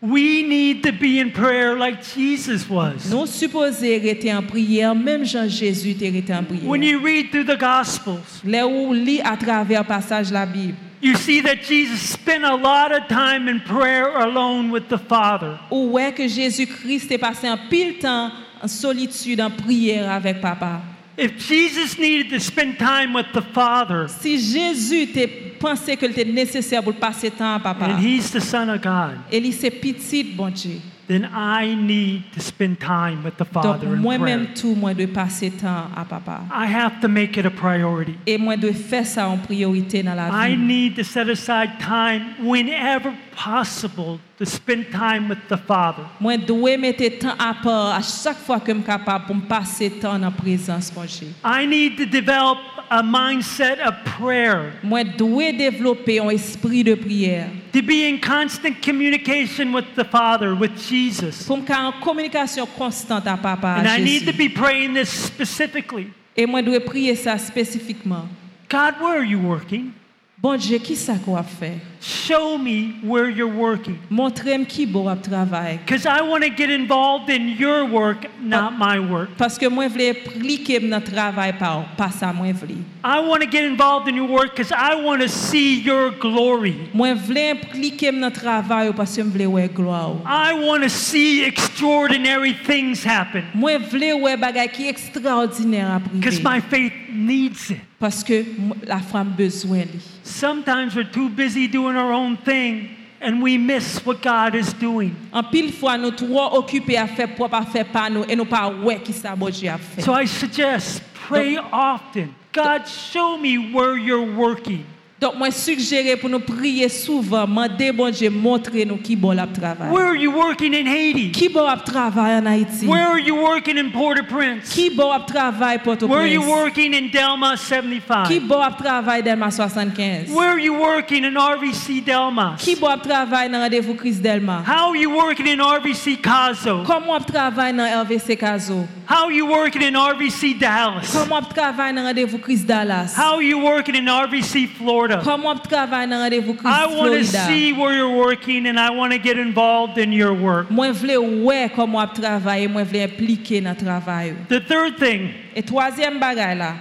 Speaker 1: We need to be in prayer like Jesus was.
Speaker 2: Nous supposons rester en prière, même Jean-Jésus était en
Speaker 1: When
Speaker 2: prière.
Speaker 1: you read through the Gospels,
Speaker 2: Là où lit à travers passage de la Bible,
Speaker 1: you see that Jesus spent a lot of time in prayer alone with the Father.
Speaker 2: où est que Jésus-Christ est passé un pile temps en solitude, en prière avec papa.
Speaker 1: If Jesus needed to spend time with the Father,
Speaker 2: Si Jésus t'a pensé que était nécessaire pour passer temps à papa,
Speaker 1: and He's the Son of God,
Speaker 2: et il s'est petit, bon Dieu.
Speaker 1: then I need to spend time with the
Speaker 2: Donc
Speaker 1: Father in
Speaker 2: moi-même
Speaker 1: prayer.
Speaker 2: tout, moi de passer temps à papa.
Speaker 1: I have to make it a priority.
Speaker 2: Et moi de faire ça en priorité dans la
Speaker 1: I
Speaker 2: vie.
Speaker 1: need to set aside time whenever possible to spend time with the Father.
Speaker 2: Moi dois mettre temps à part à chaque fois que je suis capable pour me passer temps en présence, mon Dieu.
Speaker 1: I need to develop a mindset of prayer,
Speaker 2: Moi dois développer un esprit de prière
Speaker 1: to be in constant communication with the Father, with Jesus.
Speaker 2: pour me faire en communication constante à papa. à
Speaker 1: And I need
Speaker 2: Jésus.
Speaker 1: to be praying this specifically.
Speaker 2: Et moi dois prier ça spécifiquement.
Speaker 1: God, where are you working?
Speaker 2: Bon Dieu, qui ça qu'on va faire?
Speaker 1: Show me where you're working.
Speaker 2: Montrez-moi qui bon à travail.
Speaker 1: Because I want to get involved in your work, not my work.
Speaker 2: Parce que moi, je voulais impliquer dans le travail, pas, pas ça, moi, je voulais.
Speaker 1: I want to get involved in your work because I want to see your glory.
Speaker 2: Moi, je voulais impliquer dans le travail parce que je voulais voir gloire.
Speaker 1: I want to see extraordinary things happen
Speaker 2: Moi, je voulais voir des choses qui sont extraordinaires à
Speaker 1: because
Speaker 2: prier.
Speaker 1: my faith needs it.
Speaker 2: Parce que moi, la femme a besoin de lui.
Speaker 1: Sometimes we're too busy doing our own thing and we miss what God is doing.
Speaker 2: En pile fois, nous trop occupés à faire propre, à faire pas nous, et nous pas ouais qui ça, bon Dieu a fait.
Speaker 1: So I suggest pray often. God, show me where you're working.
Speaker 2: Donc, moi, suggérer pour nous prier souvent, demander, bon Dieu, montrer nous qui bon la travail.
Speaker 1: Where are you working in Haiti?
Speaker 2: Qui bon a travail en Haïti?
Speaker 1: Where are you working in Port au Prince?
Speaker 2: Qui bon a travail pour
Speaker 1: Where are you
Speaker 2: Port-au-Prince?
Speaker 1: working in Delma
Speaker 2: Qui
Speaker 1: 75?
Speaker 2: bon a travail Delma 75?
Speaker 1: Where are you working in RVC Delmas?
Speaker 2: Qui bon travaille dans rendez-vous Chris Delma?
Speaker 1: How are you working in RVC Caso?
Speaker 2: Comment on travaille dans RVC Caso?
Speaker 1: How are you working in RVC Dallas?
Speaker 2: Comment on travaille dans rendez-vous Chris Dallas?
Speaker 1: How are you working in RVC Florida?
Speaker 2: Comment on travaille dans rendez-vous Chris
Speaker 1: I want to
Speaker 2: Florida?
Speaker 1: see where you're working and I want to get involved in your work.
Speaker 2: Moi, je voulais ouais comment on travaille, moi, je voulais impliquer dans le travail.
Speaker 1: The third thing
Speaker 2: Et troisième bagaille là,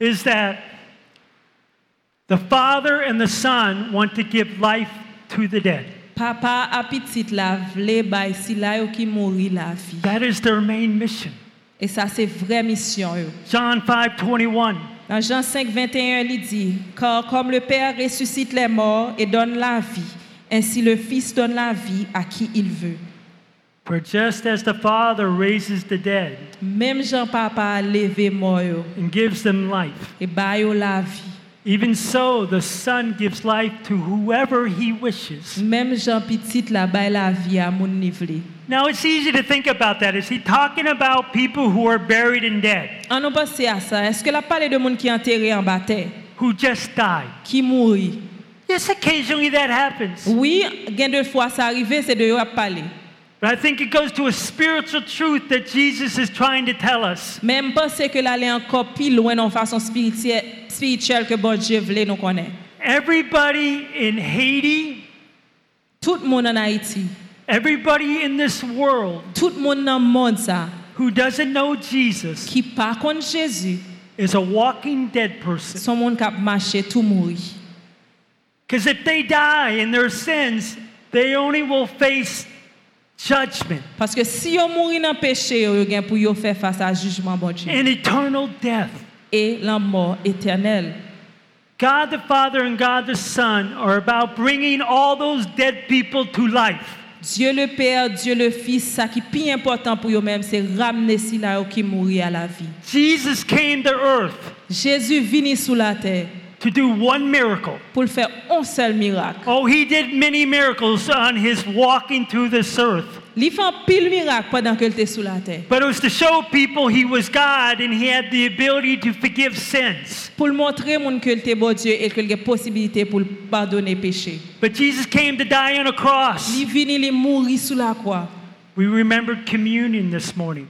Speaker 1: is that the Father and the Son want to give life to the dead.
Speaker 2: papa à petite là, voulait bail si là yo qui mourit la vie.
Speaker 1: That is their main mission.
Speaker 2: Et ça, c'est vraie mission. yo.
Speaker 1: John 5:21.
Speaker 2: Dans Jean 5, 21, il dit, car comme le Père ressuscite les morts et donne la vie, ainsi le Fils donne la vie à qui il veut.
Speaker 1: For just as the Father raises the dead
Speaker 2: Même Jean-Papa a levé mort yo,
Speaker 1: and gives them life,
Speaker 2: et bah yo la vie.
Speaker 1: even so the Son gives life to whoever he wishes.
Speaker 2: Même Jean Petit la bail la vie à mon nivelé.
Speaker 1: Now it's easy to think about that. Is he talking about people who are buried and dead,
Speaker 2: En nous pensé à ça, est-ce que la parlé de monde qui est enterré en bas terre,
Speaker 1: who just died?
Speaker 2: qui mourit?
Speaker 1: Yes, occasionally that happens.
Speaker 2: Oui, gain de fois ça arrivé, c'est de yo a parlé.
Speaker 1: But I think it goes to a spiritual truth that Jesus is trying to tell us.
Speaker 2: Même penser que l'aller encore plus loin dans façon spirituelle, spirituelle que bon Dieu voulait nous connaître.
Speaker 1: Everybody in Haiti,
Speaker 2: Tout le monde en Haïti,
Speaker 1: everybody in this world
Speaker 2: tout le monde dans le monde ça,
Speaker 1: who doesn't know Jesus
Speaker 2: qui par contre Jésus,
Speaker 1: is a walking dead person.
Speaker 2: son monde qui a marché tout mourir.
Speaker 1: Because if they die in their sins, they only will face judgment
Speaker 2: Parce que si on mourit dans le péché, yo, yo gen pour yo faire face à jugement bon Dieu
Speaker 1: and eternal death.
Speaker 2: et la mort éternelle.
Speaker 1: God the Father and God the Son are about bringing all those dead people to life.
Speaker 2: Dieu le Père, Dieu le Fils, ça qui est plus important pour eux-mêmes, c'est ramener si là qui mourit à la vie.
Speaker 1: Jesus came to earth
Speaker 2: Jésus vini sous la terre
Speaker 1: to do one miracle.
Speaker 2: pour le faire un seul miracle.
Speaker 1: Oh, he did many miracles on his walking through this earth.
Speaker 2: Il fait un pile miracle pendant qu'il était sous la terre.
Speaker 1: But it was to show people he was God and he had the ability to forgive sins.
Speaker 2: Pour le montrer mon que était bon Dieu et qu'il y a possibilité pour le pardonner péché.
Speaker 1: But Jesus came to die on a cross.
Speaker 2: Il vini, il mourit sous la croix.
Speaker 1: We remembered communion this morning.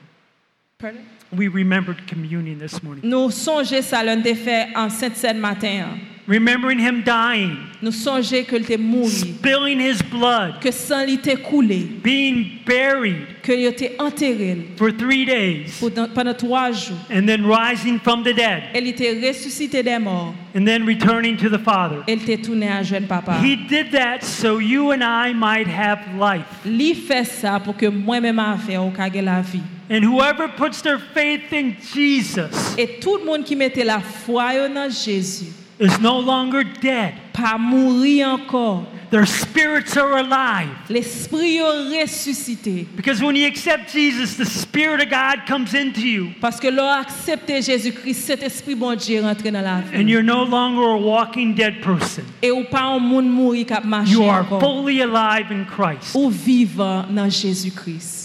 Speaker 1: We remembered communion this morning.
Speaker 2: Nous songez ça l'un des faits en sainte seine matin. hein.
Speaker 1: Remembering him dying,
Speaker 2: Nous songez qu'il était mouru,
Speaker 1: spilling his blood,
Speaker 2: que sang lui était coulé,
Speaker 1: being buried
Speaker 2: que il était enterré
Speaker 1: for three days,
Speaker 2: pendant pendant trois jours.
Speaker 1: and then rising from the dead,
Speaker 2: Elle était ressuscitée des morts.
Speaker 1: and then returning to the Father.
Speaker 2: Elle était tournée à jeune papa.
Speaker 1: He did that so you and I might have life.
Speaker 2: Lui fait ça pour que moi-même affaire au kage la vie.
Speaker 1: And whoever puts their faith in Jesus
Speaker 2: Et tout le monde qui mettait la foi yo dans Jésus,
Speaker 1: is no longer dead.
Speaker 2: pas mourir encore.
Speaker 1: Their spirits are alive.
Speaker 2: L'esprit est ressuscité.
Speaker 1: Because when you accept Jesus, the Spirit of God comes into you,
Speaker 2: Parce que l'on a accepté Jésus-Christ, cet esprit bon Dieu est rentré dans la vie.
Speaker 1: and you're no longer a walking dead person.
Speaker 2: Et ou pas un monde mourir qui a marché
Speaker 1: You are
Speaker 2: encore.
Speaker 1: fully alive in Christ.
Speaker 2: Ou vivant dans Jésus-Christ.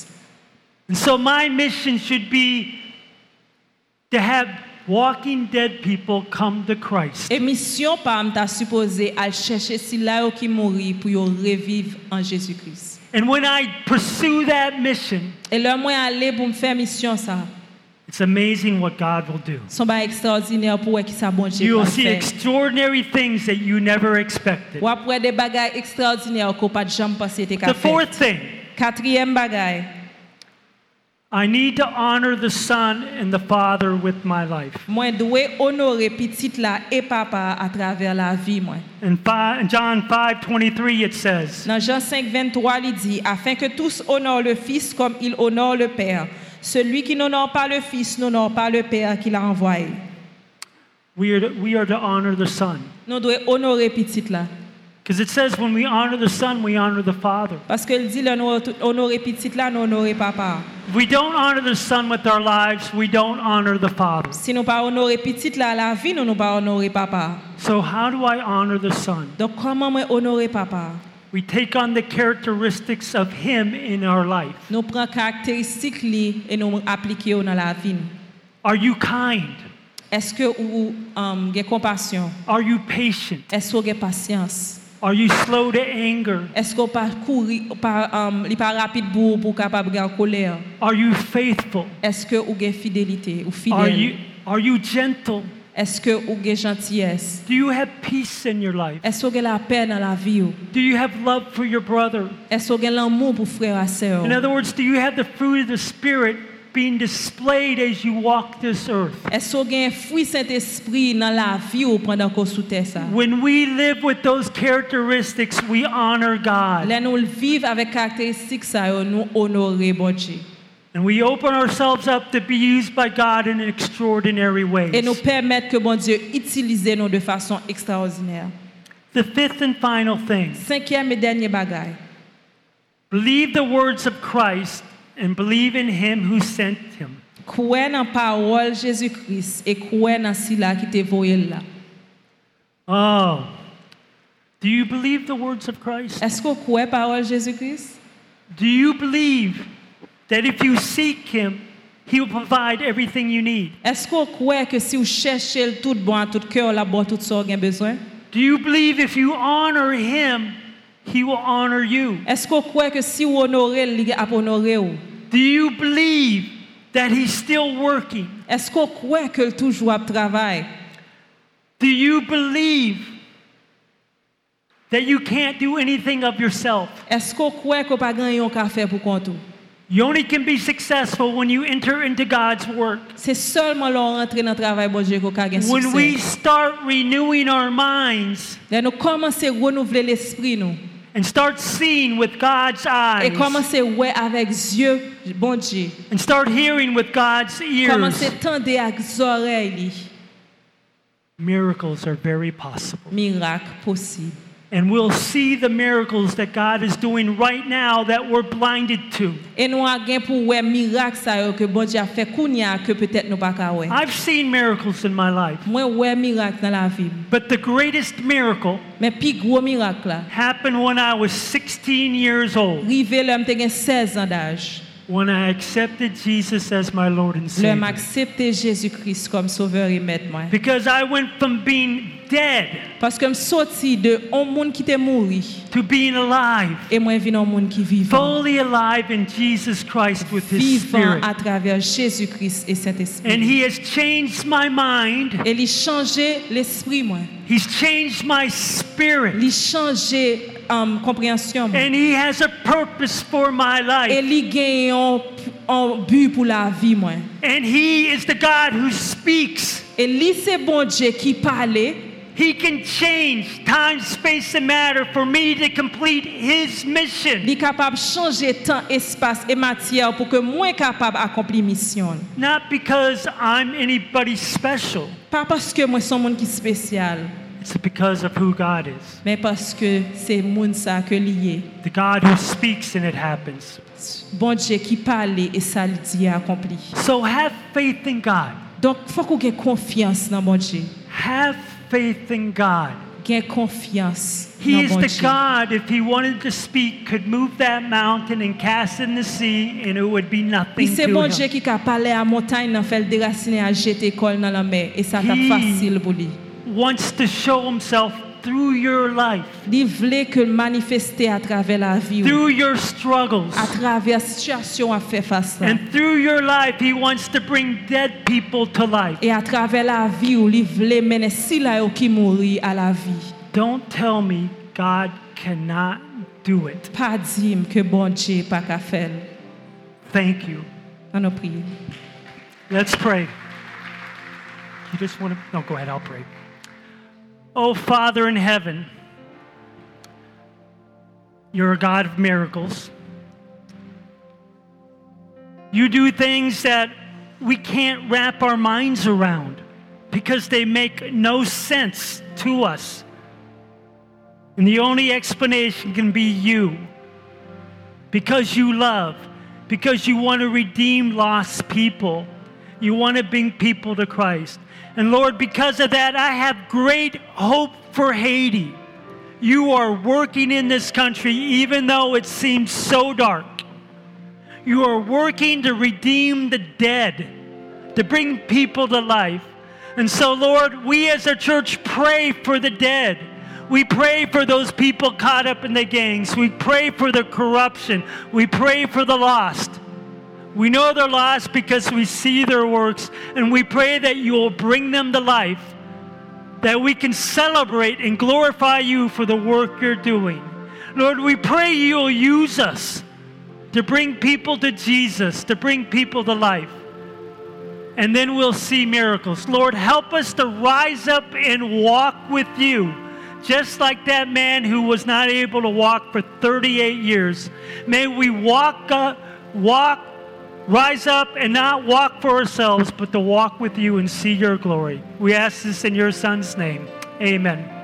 Speaker 1: And so, my mission should be to have walking dead people come to Christ.
Speaker 2: Et mission par t'a supposé aller chercher si là qui mourit pour yo revivre en Jésus-Christ.
Speaker 1: And when I pursue that mission,
Speaker 2: Et là, moi, aller pour me faire mission, ça.
Speaker 1: it's amazing what God will do.
Speaker 2: Son bail extraordinaire pour qui ça bon Dieu
Speaker 1: You will
Speaker 2: va
Speaker 1: see
Speaker 2: faire.
Speaker 1: extraordinary things that you never expected.
Speaker 2: Ou après des bagailles extraordinaires qu'on pas de jamais pensé t'es
Speaker 1: The
Speaker 2: qu'à faire.
Speaker 1: fourth thing,
Speaker 2: Quatrième bagaille.
Speaker 1: I need to honor the Son and the Father with my life.
Speaker 2: Moi, dois honorer petite là et papa à travers la vie, moi.
Speaker 1: In, fi- in John 5:23 it says,
Speaker 2: Dans Jean 5, 23, il dit Afin que tous honorent le Fils comme il honore le Père. Celui qui n'honore pas le Fils n'honore pas le Père qui l'a envoyé.
Speaker 1: we are to, we are to honor the Son.
Speaker 2: Nous devons honorer petit là.
Speaker 1: Because it says when we honor the Son, we honor the Father.
Speaker 2: Parce qu'il dit là, nous honorer petit là, nous honorer papa.
Speaker 1: If we don't honor the Son with our lives, we don't honor the Father.
Speaker 2: Si nous pas honorer petit là, la vie, nous ne pas honorer papa.
Speaker 1: So how do I honor the Son?
Speaker 2: Donc comment moi honorer papa
Speaker 1: We take on the characteristics of Him in our life.
Speaker 2: Nous prenons caractéristiques li et nous appliquons dans la vie.
Speaker 1: Are you kind?
Speaker 2: Est-ce que vous avez compassion
Speaker 1: Are you patient?
Speaker 2: Est-ce que vous avez patience
Speaker 1: Are you slow to anger?
Speaker 2: Est-ce qu'on pas courir pas um, li pas rapide pour pour capable garder colère
Speaker 1: Are you faithful?
Speaker 2: Est-ce que ou gain fidélité ou
Speaker 1: Are you,
Speaker 2: fidèle
Speaker 1: are you gentle?
Speaker 2: Est-ce que ou gain gentillesse
Speaker 1: Do you have peace in your life?
Speaker 2: Est-ce que la paix dans la vie ou?
Speaker 1: Do you have love for your brother?
Speaker 2: Est-ce que l'amour pour frère et sœur
Speaker 1: In other words, do you have the fruit of the Spirit being displayed as you walk this earth?
Speaker 2: Est-ce que gain fruit Saint-Esprit dans la vie ou pendant qu'on sous terre ça
Speaker 1: When we live with those characteristics, we honor God.
Speaker 2: Là nous le vivre avec caractéristiques ça yo, nous honorer bon Dieu.
Speaker 1: And we open ourselves up to be used by God in extraordinary
Speaker 2: et nous
Speaker 1: ways.
Speaker 2: permettre que bon Dieu utilise nous de façon extraordinaire.
Speaker 1: The fifth and final thing
Speaker 2: Cinquième et dernier bagage.
Speaker 1: believe the words of Christ and believe in him who sent him.
Speaker 2: Croyez en parole Jésus-Christ et croyez en cela qui t'est voyé là.
Speaker 1: Oh, do you believe the words of Christ?
Speaker 2: Est-ce qu'on croit parole Jésus-Christ?
Speaker 1: Do you believe that if you seek Him, He will provide everything you need?
Speaker 2: Est-ce qu'on croit que si vous cherchez le tout bon à tout cœur, la bonne tout ça, vous avez besoin?
Speaker 1: Do you believe if you honor Him, He will honor you?
Speaker 2: Est-ce qu'on croit que si vous honorez, il va honorer vous?
Speaker 1: Do you believe that He's still working?
Speaker 2: Est-ce qu'on croit que le toujours travaille?
Speaker 1: Do you believe that you can't do anything of yourself?
Speaker 2: Est-ce qu'on croit qu'on pas gagné un café pour compte? ou?
Speaker 1: You only can be successful when you enter into God's work.
Speaker 2: C'est seulement lorsqu'on rentre dans le travail, bon Dieu, qu'on a gagné
Speaker 1: When we
Speaker 2: succès.
Speaker 1: start renewing our minds
Speaker 2: Là, nous commençons à renouveler l'esprit, nous.
Speaker 1: and start seeing with God's
Speaker 2: Et
Speaker 1: eyes
Speaker 2: commencez ouais avec Dieu, bon Dieu.
Speaker 1: and start hearing with God's ears.
Speaker 2: Commencez tendre avec les oreilles.
Speaker 1: miracles are very possible.
Speaker 2: Miracle possible.
Speaker 1: And we'll see the miracles that God is doing right now that we're blinded to.
Speaker 2: Et nous avons pour ouais miracle ça yo que bon Dieu a fait kounya que peut-être nous pas ka ouais.
Speaker 1: I've seen miracles in my life,
Speaker 2: Moi ouais miracle dans la vie.
Speaker 1: but the greatest miracle
Speaker 2: Mais plus gros miracle là.
Speaker 1: happened when I was 16 years old,
Speaker 2: Rivé l'homme te gen 16 ans d'âge.
Speaker 1: when I accepted Jesus as my Lord and
Speaker 2: L'homme
Speaker 1: Savior.
Speaker 2: accepté Jésus-Christ comme sauveur et maître moi.
Speaker 1: Because I went from being dead
Speaker 2: Parce que me sorti de un monde qui t'est mouru
Speaker 1: to being alive,
Speaker 2: et moi vinn un monde qui vivant.
Speaker 1: fully alive in Jesus Christ with His
Speaker 2: Vivant
Speaker 1: Spirit.
Speaker 2: à travers Jésus-Christ et Saint-Esprit.
Speaker 1: And He has changed my mind,
Speaker 2: Et il changer l'esprit moi.
Speaker 1: He's changed my spirit,
Speaker 2: Il changer compréhension moi.
Speaker 1: and He has a purpose for my
Speaker 2: Et
Speaker 1: life.
Speaker 2: li gen yon, yon but pou la vi mwen.
Speaker 1: And He is the God who speaks.
Speaker 2: Et li se bon Dieu qui parle,
Speaker 1: He can change time, space, and matter for me to complete His mission.
Speaker 2: li kapab changer temps, espace et matière pour que moi capable accomplir mission.
Speaker 1: Not because I'm anybody special,
Speaker 2: Pas parce que moi son monde qui spécial,
Speaker 1: it's because of who God is.
Speaker 2: mais parce que c'est monde ça que lié.
Speaker 1: The God who speaks and it happens.
Speaker 2: Bon Dieu qui parle et ça le dit accompli.
Speaker 1: So have faith in God.
Speaker 2: Donc faut qu'on ait confiance dans bon Dieu.
Speaker 1: Have faith in God.
Speaker 2: Gain confiance
Speaker 1: He
Speaker 2: dans
Speaker 1: is
Speaker 2: bon
Speaker 1: the
Speaker 2: Dieu.
Speaker 1: God, if He wanted to speak, could move that mountain and cast it in the sea, and it would be
Speaker 2: Puis
Speaker 1: nothing
Speaker 2: c'est
Speaker 1: to
Speaker 2: bon Dieu
Speaker 1: him.
Speaker 2: qui a parlé à montagne, dans fait le déraciner à jeter col dans la mer et ça t'a
Speaker 1: He-
Speaker 2: facile pour lui.
Speaker 1: Wants to show Himself through your life,
Speaker 2: Il voulait que le manifester à travers la vie,
Speaker 1: through your struggles,
Speaker 2: à travers la situation à faire face là.
Speaker 1: and through your life. He wants to bring dead people to life.
Speaker 2: Et à travers E la vie, il voulait mener si là yo qui mourit à la vie.
Speaker 1: Don't tell me God cannot do it.
Speaker 2: Pas dire que bon Dieu pas qu'à faire.
Speaker 1: Thank you.
Speaker 2: On a prié.
Speaker 1: Let's pray. You just want to? No, go ahead. I'll pray. Oh, Father in heaven, you're a God of miracles. You do things that we can't wrap our minds around because they make no sense to us. And the only explanation can be you. Because you love, because you want to redeem lost people, you want to bring people to Christ. And Lord, because of that, I have great hope for Haiti. You are working in this country, even though it seems so dark. You are working to redeem the dead, to bring people to life. And so, Lord, we as a church pray for the dead. We pray for those people caught up in the gangs. We pray for the corruption. We pray for the lost. We know they're lost because we see their works, and we pray that you will bring them to life, that we can celebrate and glorify you for the work you're doing. Lord, we pray you'll use us to bring people to Jesus, to bring people to life. And then we'll see miracles. Lord, help us to rise up and walk with you, just like that man who was not able to walk for 38 years. May we walk up, walk, rise up, and not walk for ourselves, but to walk with you and see your glory. We ask this in your son's name. Amen.